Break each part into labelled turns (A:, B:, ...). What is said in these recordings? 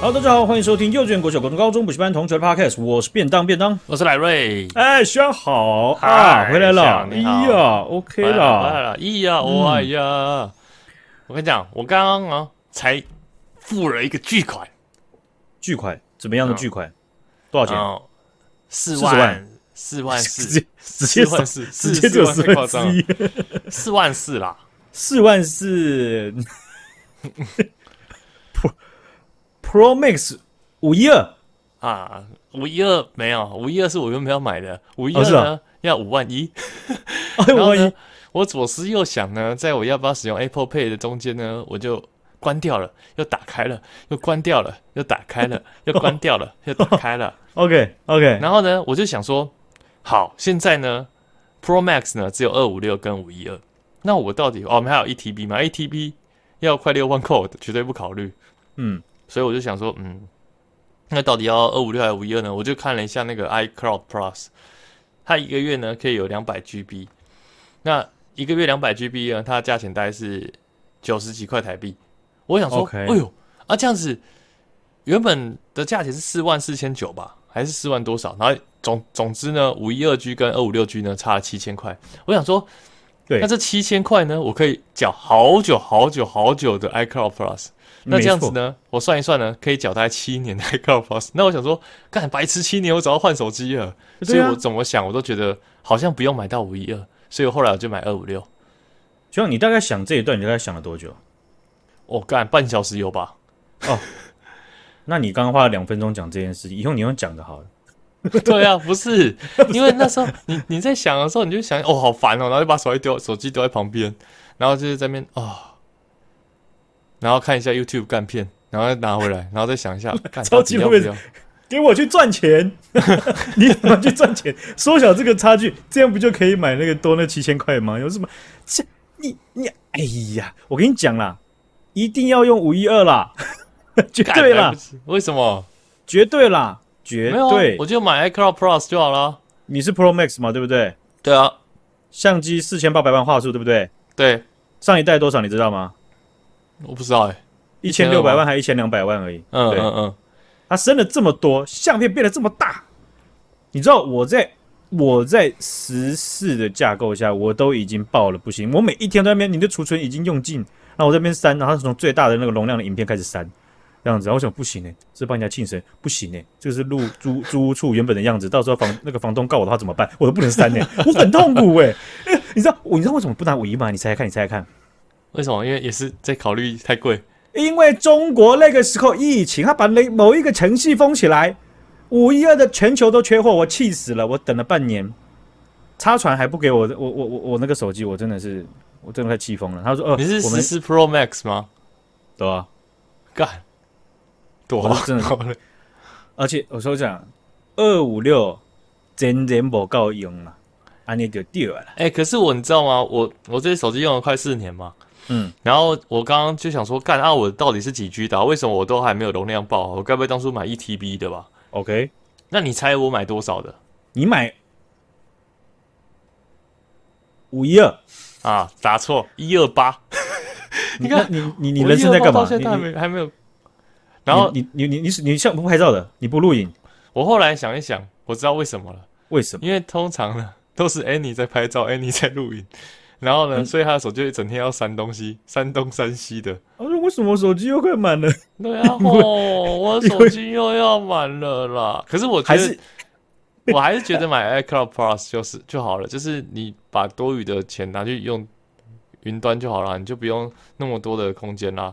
A: 好，大家好，欢迎收听幼稚园、国小、国中、高中补习班同学的 Podcast，我是便当便当。
B: 我是莱瑞，
A: 哎，轩好
B: 嗨
A: 啊，回来了，
B: 翔
A: 哎
B: 你好
A: 呀，OK
B: 回来
A: 啦，
B: 了，咿呀哦哎呀！我跟你讲，我刚刚啊才付了一个巨款，
A: 巨款怎么样的
B: 嗯
A: 巨款？多少钱？
B: 嗯，四
A: 40
B: 万
A: 万
B: 四万
A: 直
B: 四
A: 接直接
B: 四
A: 少
B: 万嗯四
A: 直
B: 四
A: 接
B: 四
A: 只有
B: 万
A: 四
B: 太
A: 分
B: 夸张了
A: 之一，
B: 四万四啦，
A: 四万四 Pro Pro Max 五一二
B: 啊，五一二没有，五一二是我原本要买的，五一
A: 哦
B: 二
A: 是啊
B: 呢要五万一，
A: 哎，
B: 然后
A: 我
B: 呢，我左思右想呢，在我要不要使用 Apple Pay 的中间呢，我就关掉了，又打开了，又关掉了，又打开了，又关掉了，又打开了。
A: OK OK，
B: 然后呢，我就想说，好，现在呢，Pro Max 呢只有二五六跟五一二，那我到底哦，我们还有 ETB 嘛？ETB 要快六万块，我绝对不考虑。
A: 嗯，
B: 所以我就想说，嗯，那到底要二五六还是五一二呢？我就看了一下那个 iCloud Plus，它一个月呢可以有两百 GB，那一个月两百 GB 呢，它的价钱大概是九十几块台币。我想说
A: OK
B: 哎呦，啊这样子，原本的价钱是四万四千九吧，还是四万多少？然后总总之呢，五一二 G 跟二五六 G 呢差了七千块。我想说，
A: 对
B: 那这七千块呢，我可以缴好久好久好久的 iCloud Plus。那这样子
A: 没错
B: 呢，我算一算呢，可以缴大概七年的 iCloud Plus。那我想说，干白痴七年，我早要换手机了。所
A: 对
B: 以
A: 啊
B: 我怎么想，我都觉得好像不用买到五一二，所以我后来我就买二五六。
A: 学长，你大概想这一段，你大概想了多久？
B: 我、哦干半小时 有吧？
A: 那你刚刚花了两分钟讲这件事，以后你用讲的好了。
B: 对啊，不是，因为那时候你你在想的时候，你就想哦好烦哦，然后就把手机丢手机丢在旁边，然后就是在那边啊、哦，然后看一下 YouTube 干片，然后再拿回来，然后再想 一下，干
A: 超级
B: 到
A: 浪
B: 底
A: 费
B: 要不要？
A: 给我去赚钱， 你怎么去赚钱？缩小这个差距，这样不就可以买那个多那七千块吗？有什么？这你你，哎呀，我跟你讲啦，一定要用五一二啦， 绝
B: 干
A: 对
B: 来
A: 啦
B: 不，及为什么？
A: 绝对啦，绝
B: 没有、啊
A: 对，
B: 我。就买 iCloud Plus 就好了。
A: 你是 Pro Max 嘛，对不对？
B: 对啊，
A: 相机四千八百万画素，对不对？
B: 对，
A: 上一代多少你知道吗？
B: 我不知道哎、
A: 一千六百万还一千两百万而已。
B: 嗯
A: 对
B: 嗯嗯，
A: 它升了这么多，相片变得这么大，你知道我在我在十四的架构下，我都已经爆了不行，我每一天都在那边，你的储存已经用尽，然后我这边删，然后它从最大的那个容量的影片开始删，这样子，然后我想不行呢、这帮人家庆生不行呢、这个是入租租屋处原本的样子，到时候房那个房东告我的话怎么办？我都不能删呢、我很痛苦哎、哎 你知道我你知道为什么不拿五一吗？你猜猜看，你猜猜看。
B: 为什么？因为也是在考虑太贵。
A: 因为中国那个时候疫情，他把那某一个城市封起来，五一二的全球都缺货，我气死了，我等了半年，插船还不给我，我我我我那个手机，我真的是我真的快气疯了。他说：“呃，
B: 你是
A: 我
B: 十
A: 们
B: 四 Pro Max 吗？
A: 对啊，
B: 干，多
A: 我是真的
B: 好了，
A: 而且我说讲二五六真真不够用了，啊，你就掉了。
B: 哎、可是我你知道吗？我我这手机用了快四年嘛，
A: 嗯，
B: 然后我刚刚就想说，干啊，我到底是几 G 的啊、为什么我都还没有容量爆啊？我该不会当初买一 TB 的吧？
A: OK，
B: 那你猜我买多少的
A: 你买五一二，
B: 啊？答错，一二八。
A: 你
B: 你看
A: 你你你人生在干嘛
B: 我128到？现在还
A: 你
B: 没
A: 你
B: 还没有。然后
A: 你你你你你你像不拍照的，你不录影，
B: 我后来想一想，我知道为什么了。
A: 为什么？
B: 因为通常呢都是 Annie 在拍照，Annie 在录影，然后呢，所以他的手就一整天要删东西，删东删西的。
A: 我说为什么我手机又快满了？
B: 对 啊，哦，我手机又要满了啦。可是我 觉
A: 还
B: 得
A: 是，
B: 我还是觉得买 iCloud Plus 就是就好了，就是你把多余的钱拿去用云端就好了，你就不用那么多的空间啦。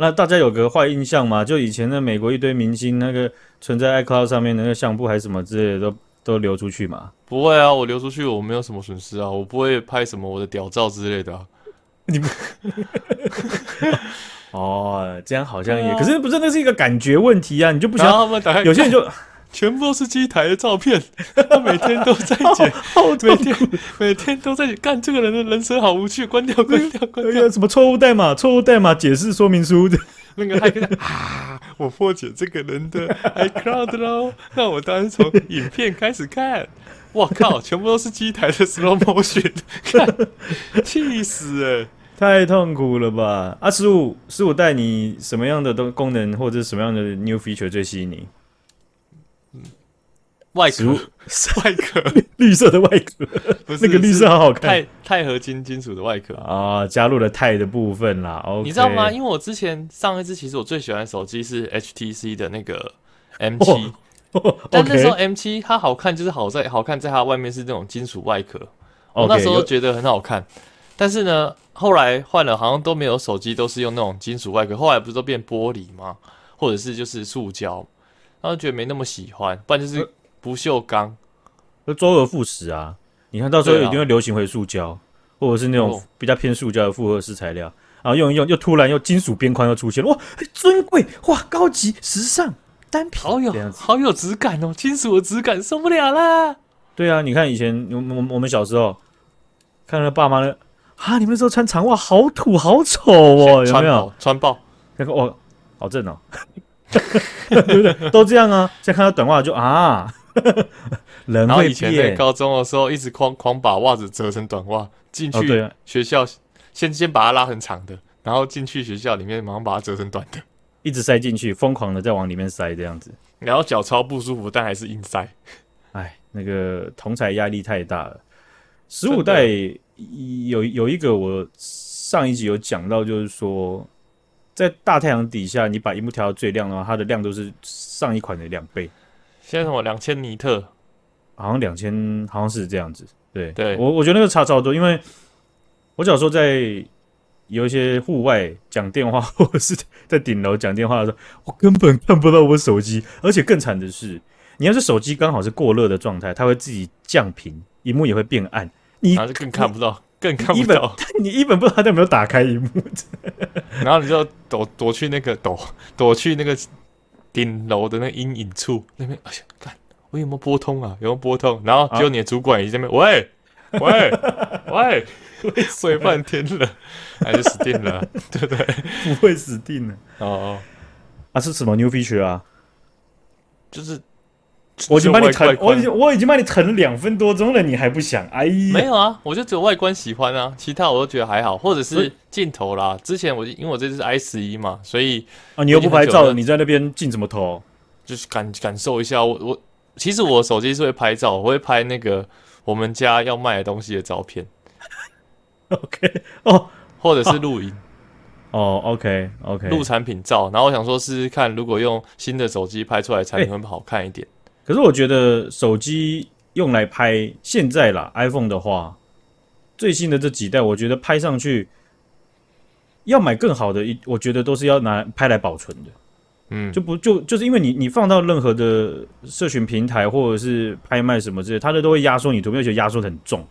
A: 那大家有个坏印象嘛？就以前的美国一堆明星那个存在 iCloud 上面的那个相簿还是什么之类的都都流出去嘛？
B: 不会啊，我流出去我没有什么损失啊，我不会拍什么我的屌照之类的啊。
A: 哦，这样好像也，
B: 对啊
A: 可是不是那是一个感觉问题啊？你就不
B: 然
A: 想
B: 后他们打开，
A: 有些人就
B: 全部都是机台的照 片，他每天都在剪，每天每天都在剪干这个人的人生好无趣，关掉关掉关
A: 哎
B: 掉
A: 呀，什么错误代码、错误代码解释说明书，
B: 那个还跟 他啊，我破解这个人的 iCloud 喽，那我当然从影片开始看。我靠，全部都是机台的 slow motion，看气死哎、
A: 太痛苦了吧？啊，十五十五代你什么样的东功能或者是什么样的 new feature 最吸引你？
B: 外
A: 食
B: 壳
A: 物，
B: 外 壳
A: 绿色的外壳，
B: 不是
A: 那个绿
B: 是
A: 色好好看
B: 钛钛合金金属的外壳，
A: 啊，加入了钛的部分啦。OK，
B: 你知道吗？因为我之前上一次其实我最喜欢的手机是 HTC 的那个 M
A: 哦
B: 七， 但那时候
A: OK，
B: M 七它好看就是好在好看在它外面是那种金属外壳，我
A: OK，
B: 那时候
A: 有
B: 觉得很好看，但是呢，后来换了好像都没有手机，都是用那种金属外壳，后来不是都变玻璃吗？或者是就是塑胶，然后觉得没那么喜欢，不然就是不锈钢，
A: 就周而复始啊。你看到时候
B: 对
A: 一
B: 啊
A: 定会流行回塑胶，或者是那种
B: 哦
A: 比较偏塑胶的复合式材料，然后用一用，又突然又金属边框又出现了，哇，尊贵哇，高级时尚单品，
B: 好有
A: 呃这样子。
B: 好有质感哦，金属的质感受不了啦。
A: 对啊，你看以前我们我们我们小时候看到爸妈呢，啊，你们那时候穿长袜好土好丑 哦，有
B: 穿
A: 没有？
B: 爆穿爆，
A: 那个哦，好正哦， 对不对？都这样啊。现在看到短袜就啊， 人
B: 然后
A: 会
B: 以前在
A: 变。
B: 高中的时候，一直狂狂把袜子折成短袜，进
A: 哦对
B: 去
A: 啊
B: 学校先先把它拉很长的，然后进去学校里面马上把它折成短的，
A: 一直塞进去，疯狂的再往里面塞，这样子。
B: 然后脚超不舒服，但还是硬塞。
A: 哎，那个同才压力太大了。十
B: 真
A: 五
B: 的啊
A: 代有有一个我上一集有讲到，就是说在大太阳底下，你把荧幕调到最亮的话，它的亮度是上一款的两倍，
B: 现在什么两千尼特，
A: 好像两千，好像是这样子。对，
B: 对
A: 我我觉得那个差超多，因为我小时候在有一些户外讲电话，或者是在顶楼讲电话的时候，我根本看不到我手机，而且更惨的是，你要是手机刚好是过热的状态，它会自己降频，荧幕也会变暗，你
B: 然后就更看不到，更看
A: 一
B: 不
A: 本
B: 到。
A: 你一本不知道它有没有打开荧幕。
B: 然后你就躲躲去那个躲躲去那个顶楼的那个阴影处那边，哎呀，看我有没有拨通啊？有没有拨通？然后
A: 啊
B: 结果你的主管也在那边，喂喂喂，睡半天了，那就死定了，啊 对不对？
A: 不会死定 了
B: 哦哦，
A: 啊！是什么 new feature 啊？
B: 就是
A: 我已经帮你
B: 就外
A: 腾，我
B: 观
A: 已经我已经帮你腾了两分多钟了，你还不想？哎呀，
B: 没有啊，我就只有外观喜欢啊，其他我都觉得还好，或者
A: 所
B: 是
A: 以
B: 镜头啦。之前我因为我这是 i 十一嘛，所以
A: 啊！你又不拍
B: 我已经很久
A: 照
B: 没有
A: 了，你在那边进什么头？
B: 就是感感受一下。我我其实我手机是会拍照，我会拍那个我们家要卖的东西的照片，
A: OK，哦
B: 或者是录影、
A: 哦，OK OK。
B: 录产品照。然后我想说试试看，如果用新的手机拍出来的产品会不会好看一点？
A: 可是我觉得手机用来拍现在啦，iPhone 的话，最新的这几代，我觉得拍上去要买更好的，一我觉得都是要拿拍来保存的，
B: 嗯，
A: 就不就就是因为你你放到任何的社群平台或者是拍卖什么之类，它的都会压缩你图片，而且压缩得很重，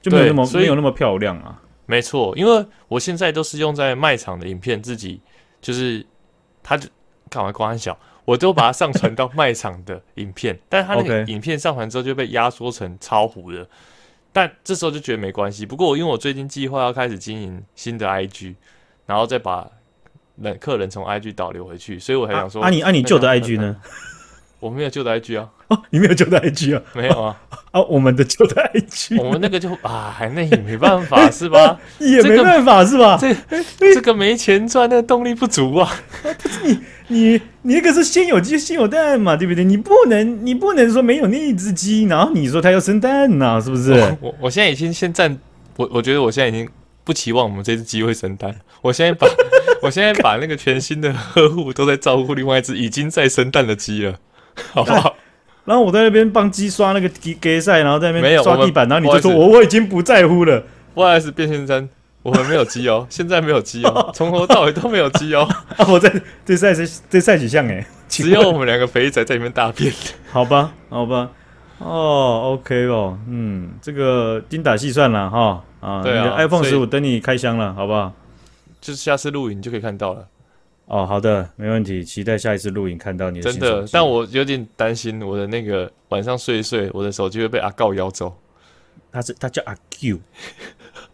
A: 就没有
B: 对
A: 那么
B: 所以
A: 没有那么漂亮啊。
B: 没错，因为我现在都是用在卖场的影片，自己就是它就干嘛光很小。我都把它上传到卖场的影片，但它那个
A: OK
B: 影片上传之后就被压缩成超糊了。但这时候就觉得没关系。不过我因为我最近计划要开始经营新的 IG，然后再把人客人从 IG 导流回去，所以我还哎想说，
A: 啊，啊你啊你旧的
B: 那个
A: IG 呢？
B: 我没有旧的 IG 啊，
A: 哦，你没有旧的 IG 啊？
B: 没有啊，
A: 啊，我们的旧的 IG
B: 我们那个就啊，那也没办法 是吧？
A: 也
B: 这
A: 没
B: 个
A: 办法是吧？
B: 这这个没钱赚，那个动力不足啊。
A: 你你那个是先有鸡先有蛋嘛，对不对？你不能你不能说没有那一只鸡，然后你说它要生蛋呐、是不是？
B: 我我现在已经先暂，我我觉得我现在已经不期望我们这只鸡会生蛋。我现在 把我现在把那个全新的呵护都在照顾另外一只已经在生蛋的鸡了，好不好？
A: 然后我在那边帮鸡刷那个给给赛，然后在那
B: 没
A: 边
B: 有
A: 刷
B: 我们
A: 地板，然后你
B: 不好
A: 就
B: 意思
A: 说我我已经不在乎了。
B: 不好意思，变先生，我们没有鸡哦，现在没有鸡哦，从头到尾都没有鸡 哦，
A: 啊，我在这赛是这赛几项哎、
B: 只有我们两个肥仔在里面大便。
A: 好吧好吧哦，OK 哦，嗯，这个精打细算了哈啊，
B: 对啊
A: 你的 iPhone
B: 所以
A: 十五等你开箱了，好不好？
B: 就是下次录影就可以看到了，
A: 哦，好的，没问题，期待下一次录影看到你的
B: 真
A: 新手
B: 的
A: 机。
B: 但我有点担心我的那个晚上睡一睡，我的手机会被阿告咬走
A: 他是他叫阿 Q，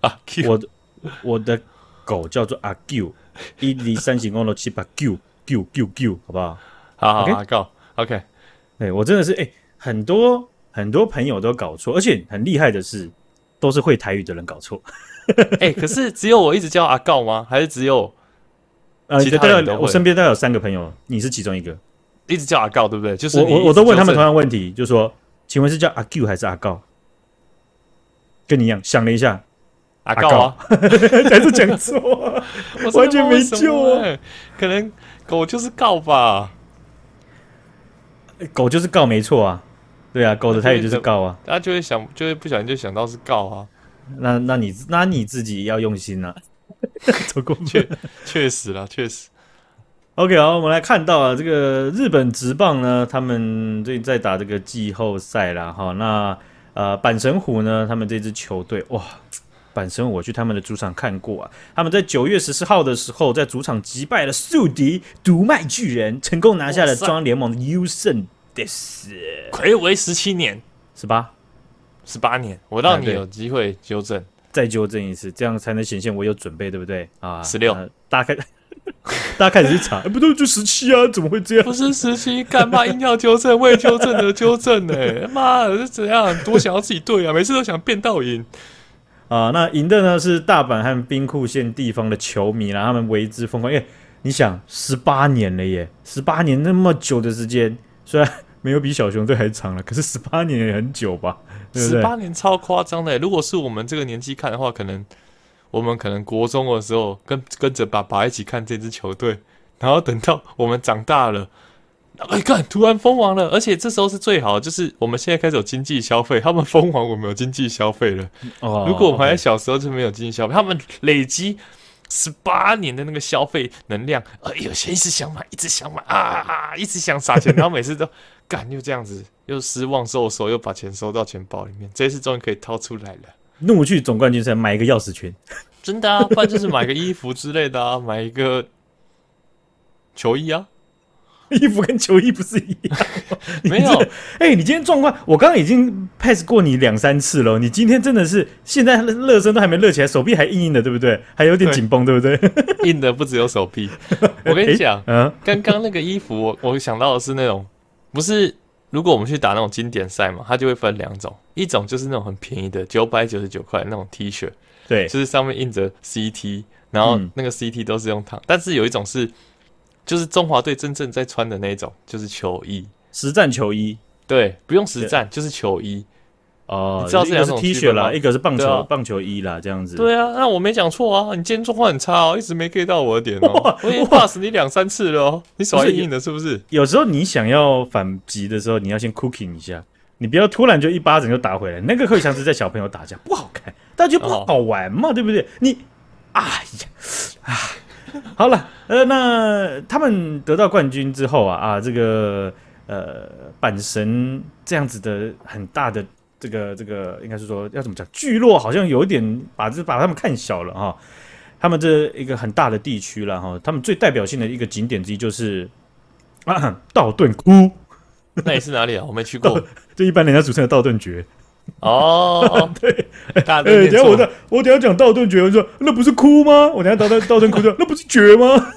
B: 啊。Q
A: 我的我的狗叫做阿 Q，一离三行公路七八 Q Q Q Q，好不好？
B: 好好
A: OK
B: 阿告 OK，
A: 哎对我真的是哎、很多很多朋友都搞错，而且很厉害的是，都是会台语的人搞错。
B: 哎、可是只有我一直叫阿告吗？还是只有
A: 呃，
B: 其他
A: 大概
B: 人都会
A: 我身边大概有三个朋友，你是其中一个。
B: 一直叫阿告，对不对？就是
A: 我
B: 你
A: 我我都问他们同
B: 一直
A: 样问题，就说，请问是叫阿 Q 还是阿高？跟你一样，想了一下，
B: 纠正阿告啊，
A: 还是讲 错。
B: 我真的
A: 完全
B: 不知道为
A: 没
B: 什么
A: 救啊
B: 欸可能狗就是告吧，
A: 狗就是告没错啊，对啊，狗的台语就是告啊。
B: 大家就会想，就会不小心就想到是告啊。
A: 那那你那你自己要用心啊， 走过去。
B: 确实啦，确实，
A: OK，好，我们来看到啊，这个日本职棒呢，他们最近在打这个季后赛啦，哈，那呃阪神虎呢，他们这支球队哇，阪神我去他们的主场看过啊，他们在九月十四号的时候在主场击败了宿敌独卖巨人，成功拿下了
B: 哇塞
A: 中央联盟的优胜的是
B: 魁违十七年、
A: 是吧？
B: 十八年，我让
A: 啊
B: 你
A: 对
B: 有机会纠正。
A: 再纠正一次，这样才能显现我有准备，对不对啊？
B: 16
A: 呃大家开 大家开始去 查，哎不对，就十七啊，怎么会这样？
B: 不是十七，干嘛硬要纠正？为纠正而纠正呢、妈的，是怎样？多想要自己对啊！每次都想变倒赢。
A: 啊、那赢的呢是大阪和兵库县地方的球迷啦，他们为之疯狂。因为你想，十八年了耶，十八年那么久的时间，虽然没有比小熊队还长了，可是十八年也很久吧，对不
B: 十
A: 对？
B: 八年超夸张的、如果是我们这个年纪看的话，可能我们可能国中的时候跟跟着爸爸一起看这支球队，然后等到我们长大了，哎，看突然封王了，而且这时候是最好的，就是我们现在开始有经济消费，他们封王，我们有经济消费了。
A: 哦
B: 如果我们还在
A: OK
B: 小时候就没有经济消费，他们累积十八年的那个消费能量，哎呦，先一直想买，一直想买啊，一直想撒 钱，然后每次都干又这样子，又失望收手，又把钱收到钱包里面，这一次终于可以掏出来了。
A: 怒去总冠军赛买一个钥匙圈，
B: 真的啊，不然就是买个衣服之类的啊，买一个球衣啊，
A: 衣服跟球衣不是一样？
B: 没有
A: 你这，哎、你今天状况，我刚刚已经 pass 过你两三次了，你今天真的是现在热身都还没热起来，手臂还硬硬的，对不对？还有点
B: 对
A: 紧绷，对不对？
B: 硬的不只有手臂。 我跟你讲，
A: 嗯、 啊，
B: 刚刚那个衣服，我我想到的是那种，不是如果我们去打那种经典赛嘛，它就会分两种，一种就是那种很便宜的九百九十九块那种 T 恤，
A: 对，
B: 就是上面印着 CT，然后
A: 嗯
B: 那个 CT 都是用烫，但是有一种是就是中华队真正在穿的那种，就是球衣，
A: 实战球衣。
B: 对，不用实战，就是球衣。
A: 哦，
B: 你知道
A: 一
B: 这
A: 个
B: 两
A: 是
B: 种
A: T
B: 区
A: 恤
B: 分
A: 啦，
B: 吗
A: 一个是棒球、
B: 对啊
A: 棒球衣啦，这样子。
B: 对啊，那我没讲错啊，你今天状况很差哦，一直没 get 到我的点哦
A: 哇，
B: 我已经 pass 你两三次了哦，你手还硬硬的，是不 是？
A: 有时候你想要反击的时候，你要先 cooking 一下，你不要突然就一巴掌就打回来，那个会像是在小朋友打架，不好看，大家就不好玩嘛，对不对？你，哎呀，啊，好了，呃，那他们得到冠军之后啊，啊，这个呃，阪神这样子的很大的。这个这个应该是说要怎么讲？聚落好像有一点把这把他们看小了哈、他们这一个很大的地区了哈，他们最代表性的一个景点之一就是啊， 道顿窟，
B: 那你是哪里啊？我没去过
A: 这一般人家俗称的道顿崛。
B: 哦。 对，大家
A: 哎、
B: 都念
A: 等一下
B: 错
A: 我的，我等一下讲道顿崛，我说那不是窟吗？我等一下到道 顿窟说那不是崛吗？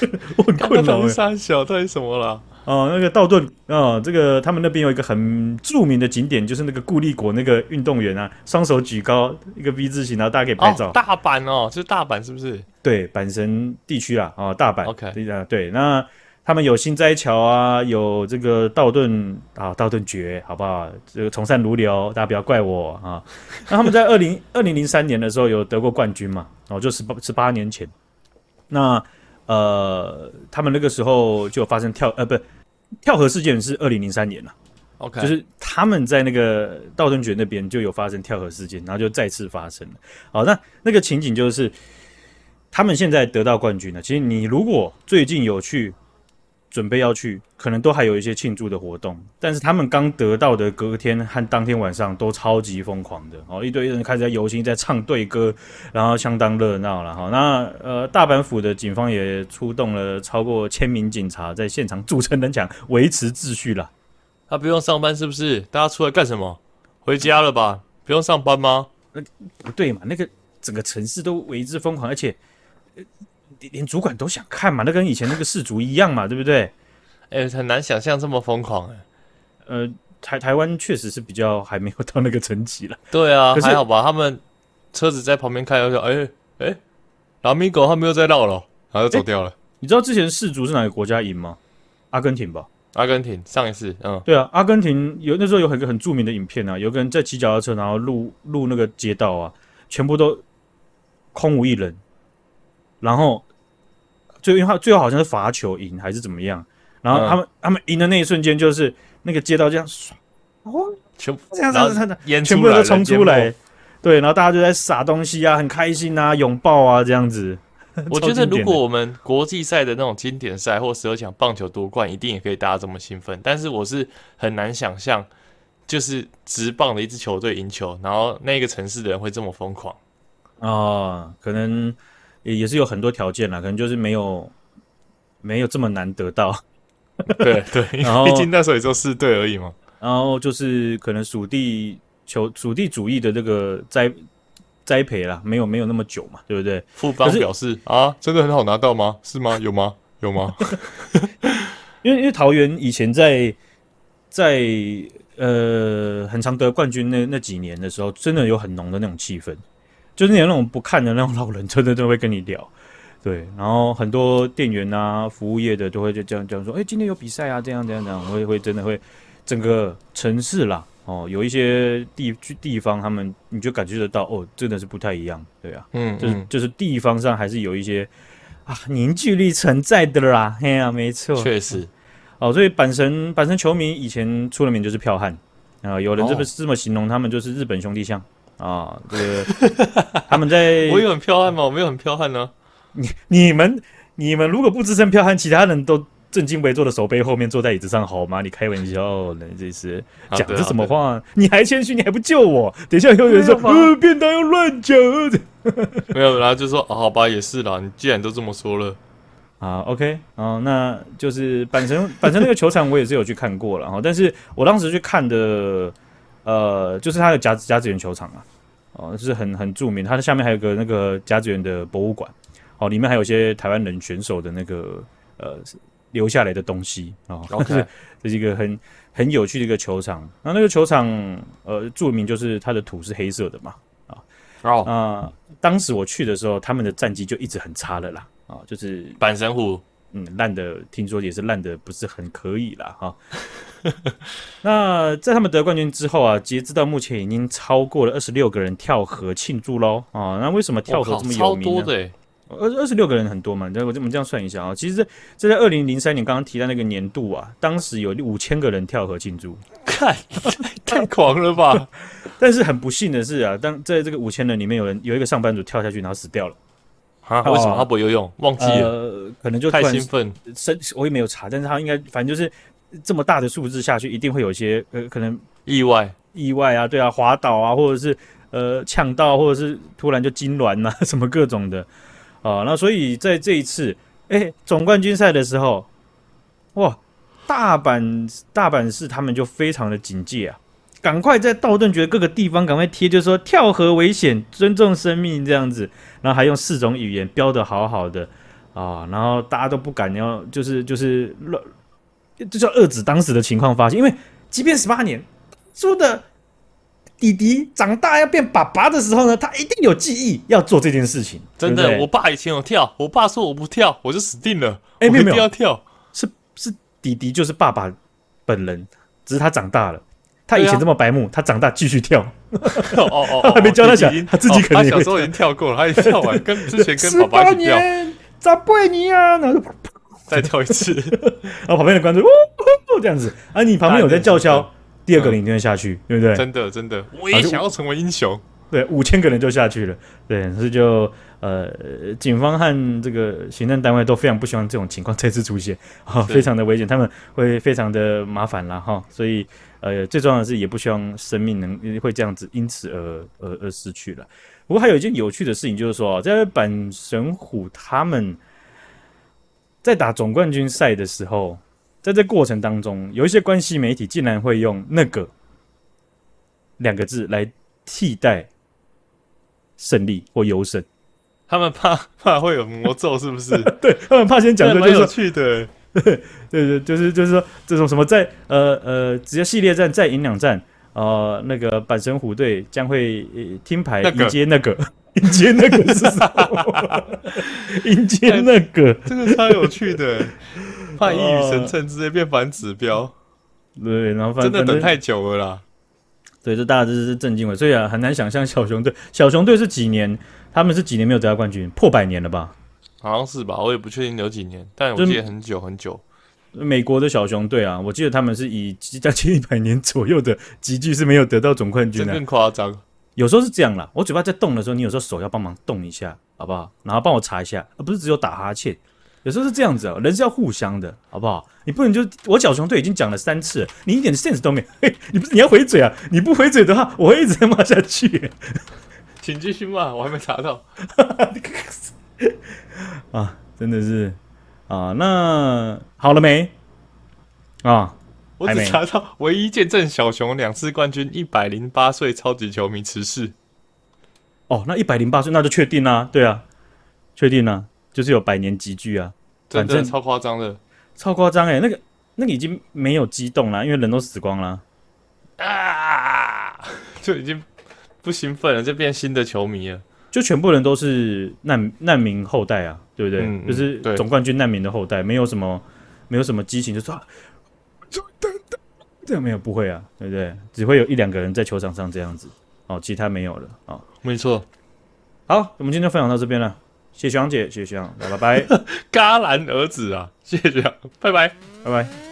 A: 我很
B: 干
A: 困
B: 到
A: 扰
B: 底
A: 哎。
B: 是三小到底什么了？
A: 哦，那个道顿啊、哦这个他们那边有一个很著名的景点，就是那个固力果那个运动员啊，双手举高一个 V 字形，然后大家可以拍照。
B: 哦，大阪哦，就是大阪是不是？
A: 对，阪神地区啦，啊、大阪
B: OK
A: 对啊，对，那他们有新斋桥啊，有这个道顿啊，道顿崛，好不好？这个从善如流，大家不要怪我啊。 那他们在二零二零零三年的时候有得过冠军嘛？哦，就十八十八年前。那呃，他们那个时候就有发生跳呃，不跳河事件是二零零三年了。啊
B: OK，
A: 就是他们在那个道顿崛那边就有发生跳河事件，然后就再次发生了。好，那那个情景就是他们现在得到冠军了。其实你如果最近有去准备要去，可能都还有一些庆祝的活动，但是他们刚得到的隔天和当天晚上都超级疯狂的哦，一堆人开始在游行，在唱对歌，然后相当热闹了哈。那呃，大阪府的警方也出动了超过千名警察在现场组成人墙维持秩序啦。
B: 他不用上班是不是？大家出来干什么？回家了吧？不用上班吗？
A: 不对嘛，那个整个城市都为之疯狂，而且、呃连连主管都想看嘛，那跟以前那个世足一样嘛，对不对？
B: 哎，很难想象这么疯狂哎。
A: 呃，台台湾确实是比较还没有到那个层级了。
B: 对啊，
A: 可是
B: 还好吧，他们车子在旁边开，我就说，哎、哎、拉米狗他们又在绕了，然后就走掉了。
A: 你知道之前世足是哪个国家赢吗？阿根廷吧？
B: 阿根廷上一次，嗯，
A: 对啊，阿根廷有那时候有很个很著名的影片啊，有个人在骑脚踏车，然后路路那个街道啊，全部都空无一人，然后最后他最后好像是罚球赢还是怎么样，然后他们、他们赢的那一瞬间，就是那个街道这样唰哦，
B: 全部
A: 这样这
B: 然
A: 样
B: 后
A: 这样，
B: 淹
A: 全
B: 出
A: 部
B: 来
A: 都
B: 了，
A: 冲出
B: 淹
A: 来，对，然后大家就在撒东西啊，很开心啊，拥抱啊这样子。
B: 没。我觉得
A: 超
B: 如
A: 经典的
B: 果我们国际赛的那种经典赛或十二强棒球夺冠，一定也可以大家这么兴奋。但是我是很难想象，就是直棒的一支球队赢球，然后那个城市的人会这么疯 狂。
A: 啊、可能也也是有很多条件啦，可能就是没有没有这么难得到，
B: 对对，因
A: 然后
B: 为毕竟那时候也就四队而已嘛。
A: 然后就是可能属地球属地主义的这个栽栽培啦，没有没有那么久嘛，对不对？
B: 富邦
A: 可是
B: 表示啊，真的很好拿到吗？是吗？有吗？有 吗？
A: 因为因为桃园以前在在呃很常得冠军那那几年的时候，真的有很浓的那种气氛，就是有那种不看的那种老人，真的都会跟你聊。对，然后很多店员啊、服务业的都会就这样这样说，哎、今天有比赛啊，这样这样这样，会会真的会整个城市啦，哦，有一些地区地方，他们你就感觉得到，哦，真的是不太一样，对啊，
B: 嗯，
A: 就是、
B: 嗯
A: 就是地方上还是有一些啊凝聚力存在的啦，嘿啊，没错，
B: 确实，
A: 哦，所以阪神阪神球迷以前出了名就是票悍啊、有人这么、
B: 哦
A: 这么形容他们就是日本兄弟像啊、这个他们在
B: 我有很彪悍吗？我没有很彪悍呢、
A: 你们你们如果不自称彪悍，其他人都正襟危坐的手背后面坐在椅子上好吗？你开玩笑呢，这是
B: 啊。
A: 讲
B: 对啊
A: 这什么
B: 对
A: 话？你还谦虚，你还不救我？等一下又有人说
B: 没有吧
A: 呃便当要乱讲啊这
B: 没有，然后就说、哦、好吧，也是啦，你既然都这么说了，
A: 啊，OK，哦，那就是阪神阪神那个球场我也是有去看过了哈，但是我当时去看的，呃，就是它的甲甲子园球场啊，哦，就是很很著名，它的下面还有个那个甲子园的博物馆，哦，里面还有一些台湾人选手的那个呃留下来的东西哦，
B: OK
A: 就是这是一个很很有趣的一个球场。那那个球场呃著名就是它的土是黑色的嘛，
B: 哦，
A: 啊、当时我去的时候，他们的战绩就一直很差了啦，啊、就是
B: 板神虎
A: 嗯，烂的，听说也是烂的，不是很可以啦哈。 那在他们得冠军之后啊，截至到目前已经超过了二十六个人跳河庆祝喽啊、那为什么跳
B: 我
A: 河
B: 靠，
A: 这么有
B: 超多
A: 名啊呢？
B: 的欸，
A: 二二十六个人很多嘛，你知道我这我们这样算一下啊，其实这这在二零零三年刚刚提到那个年度啊，当时有五千个人跳河庆祝，
B: 看 太狂了吧！啊
A: 但是很不幸的是啊，当在这个五千人里面有人有一个上班族跳下去然后死掉了，
B: 啊，为什么他不游泳？忘记了，
A: 呃，可能就突
B: 太
A: 然
B: 兴奋，
A: 身我也没有查，但是他应该反正就是这么大的数字下去，一定会有一些呃可能
B: 意外，
A: 意外啊，对啊，滑倒啊，或者是呃呛到，或者是突然就痉挛呐、 什么各种的啊。那所以在这一次哎、总冠军赛的时候，哇，大阪大阪市他们就非常的警戒啊，赶快在道顿崛各个地方赶快贴，就是说跳河危险，尊重生命这样子，然后还用四种语言标的好好的啊，然后大家都不敢要，就是就是乱，这叫遏制当时的情况发现，因为即便十八年。说的弟弟长大要变爸爸的时候呢，他一定有记忆要做这件事情。
B: 真
A: 对不
B: 的，
A: 对
B: 我爸以前有跳，我爸说我不跳，我就死定了，
A: 哎
B: 我
A: 没有
B: 一
A: 没有
B: 定要跳，
A: 是是弟弟就是爸爸本人，只是他长大了。他以
B: 对
A: 前
B: 啊
A: 这么白目，他长大继续跳。
B: 哦哦哦，哦
A: 还没教他
B: 弟弟
A: 想
B: 已经
A: 他自己
B: 哦
A: 可能
B: 他
A: 也
B: 小
A: 会
B: 时候已经跳过了，他已经跳 完，跟之前跟
A: 十
B: 爸爸
A: 八
B: 一起跳，
A: 年，咋不会你啊？然后就
B: 再跳一 次，
A: 然后旁边的观众哦哦这样子，啊，你旁边有在叫
B: 大家
A: 嚣
B: 就，
A: 第二个零就会下去，对不对？
B: 真的真的，我
A: 啊
B: 也
A: 就
B: 想要成为英雄，
A: 对，五千个人就下去了。对，所以就呃，警方和这个行政单位都非常不希望这种情况再次出现 啊、
B: 是
A: 非常的危险，他们会非常的麻烦啦哈。所以呃，最重要的是也不希望生命能会这样子因此而而而失去了。不过还有一件有趣的事情就是说，在阪神虎他们在打总冠军赛的时候，在这过程当中，有一些关系媒体竟然会用那个两个字来替代胜利或优胜。
B: 他们怕怕会有魔咒是不是？
A: 对他们怕先讲
B: 这
A: 出来
B: 蛮
A: 就是说，
B: 有趣的欸，
A: 对对，就是就是说这种什么在呃呃职业系列战再赢两战，呃，那个阪神虎队将会、呃、听牌
B: 那个
A: 迎接那个 迎接那个是什么？ 迎接那个，
B: 这个超有趣 的，叛逆与神称之类变反指标，
A: 对，然后哦反
B: 真的
A: 反正
B: 等太久了啦。
A: 对，这大家这是震惊了，所以啊，很难想象小熊队小熊队是几年，他们是几年没有得到冠军，破百年了吧？
B: 好像是吧，我也不确定有几年，但我
A: 真
B: 记得很久很久。
A: 美国的小熊队啊，我记得他们是以即将近一百年左右的集聚是没有得到总冠
B: 这
A: 军的、啊
B: 更夸张。
A: 有时候是这样啦，我嘴巴在动的时候，你有时候手要帮忙动一下，好不好？然后帮我查一下，而不是只有打哈欠。有时候是这样子哦，人是要互相的，好不好？你不能就我小熊队已经讲了三次了，你一点 sense 都没有。嘿，你不是你要回嘴啊？你不回嘴的话，我会一直骂下去
B: 请继续骂，我还没查到。
A: 啊！真的是啊，那好了没？啊，
B: 我
A: 还
B: 只
A: 没
B: 查到唯一见证小熊两次冠军，一百零八岁超级球迷辞世。
A: 哦，那一百零八岁那就确定啦、对啊，确定啦、就是有百年集聚啊。
B: 真
A: 反
B: 的
A: 正
B: 超夸张的
A: 超夸张哎，那个那个已经没有激动啦，因为人都死光啦。
B: 啊， 就已经不兴奋了，就变新的球迷了。
A: 就全部人都是难难民后代啊，对不对？
B: 嗯嗯
A: 就是
B: 对
A: 总冠军难民的后代，没有什么没有什么激情，就说啊就等等这样没有不会啊，对不对？只会有一两个人在球场上这样子哦，其他没有了哦。
B: 没错，
A: 好，我们今天就分享到这边了，谢谢徐阳姐，谢谢徐阳，拜拜 拜
B: 戛然而止啊！谢谢，拜拜。
A: 拜。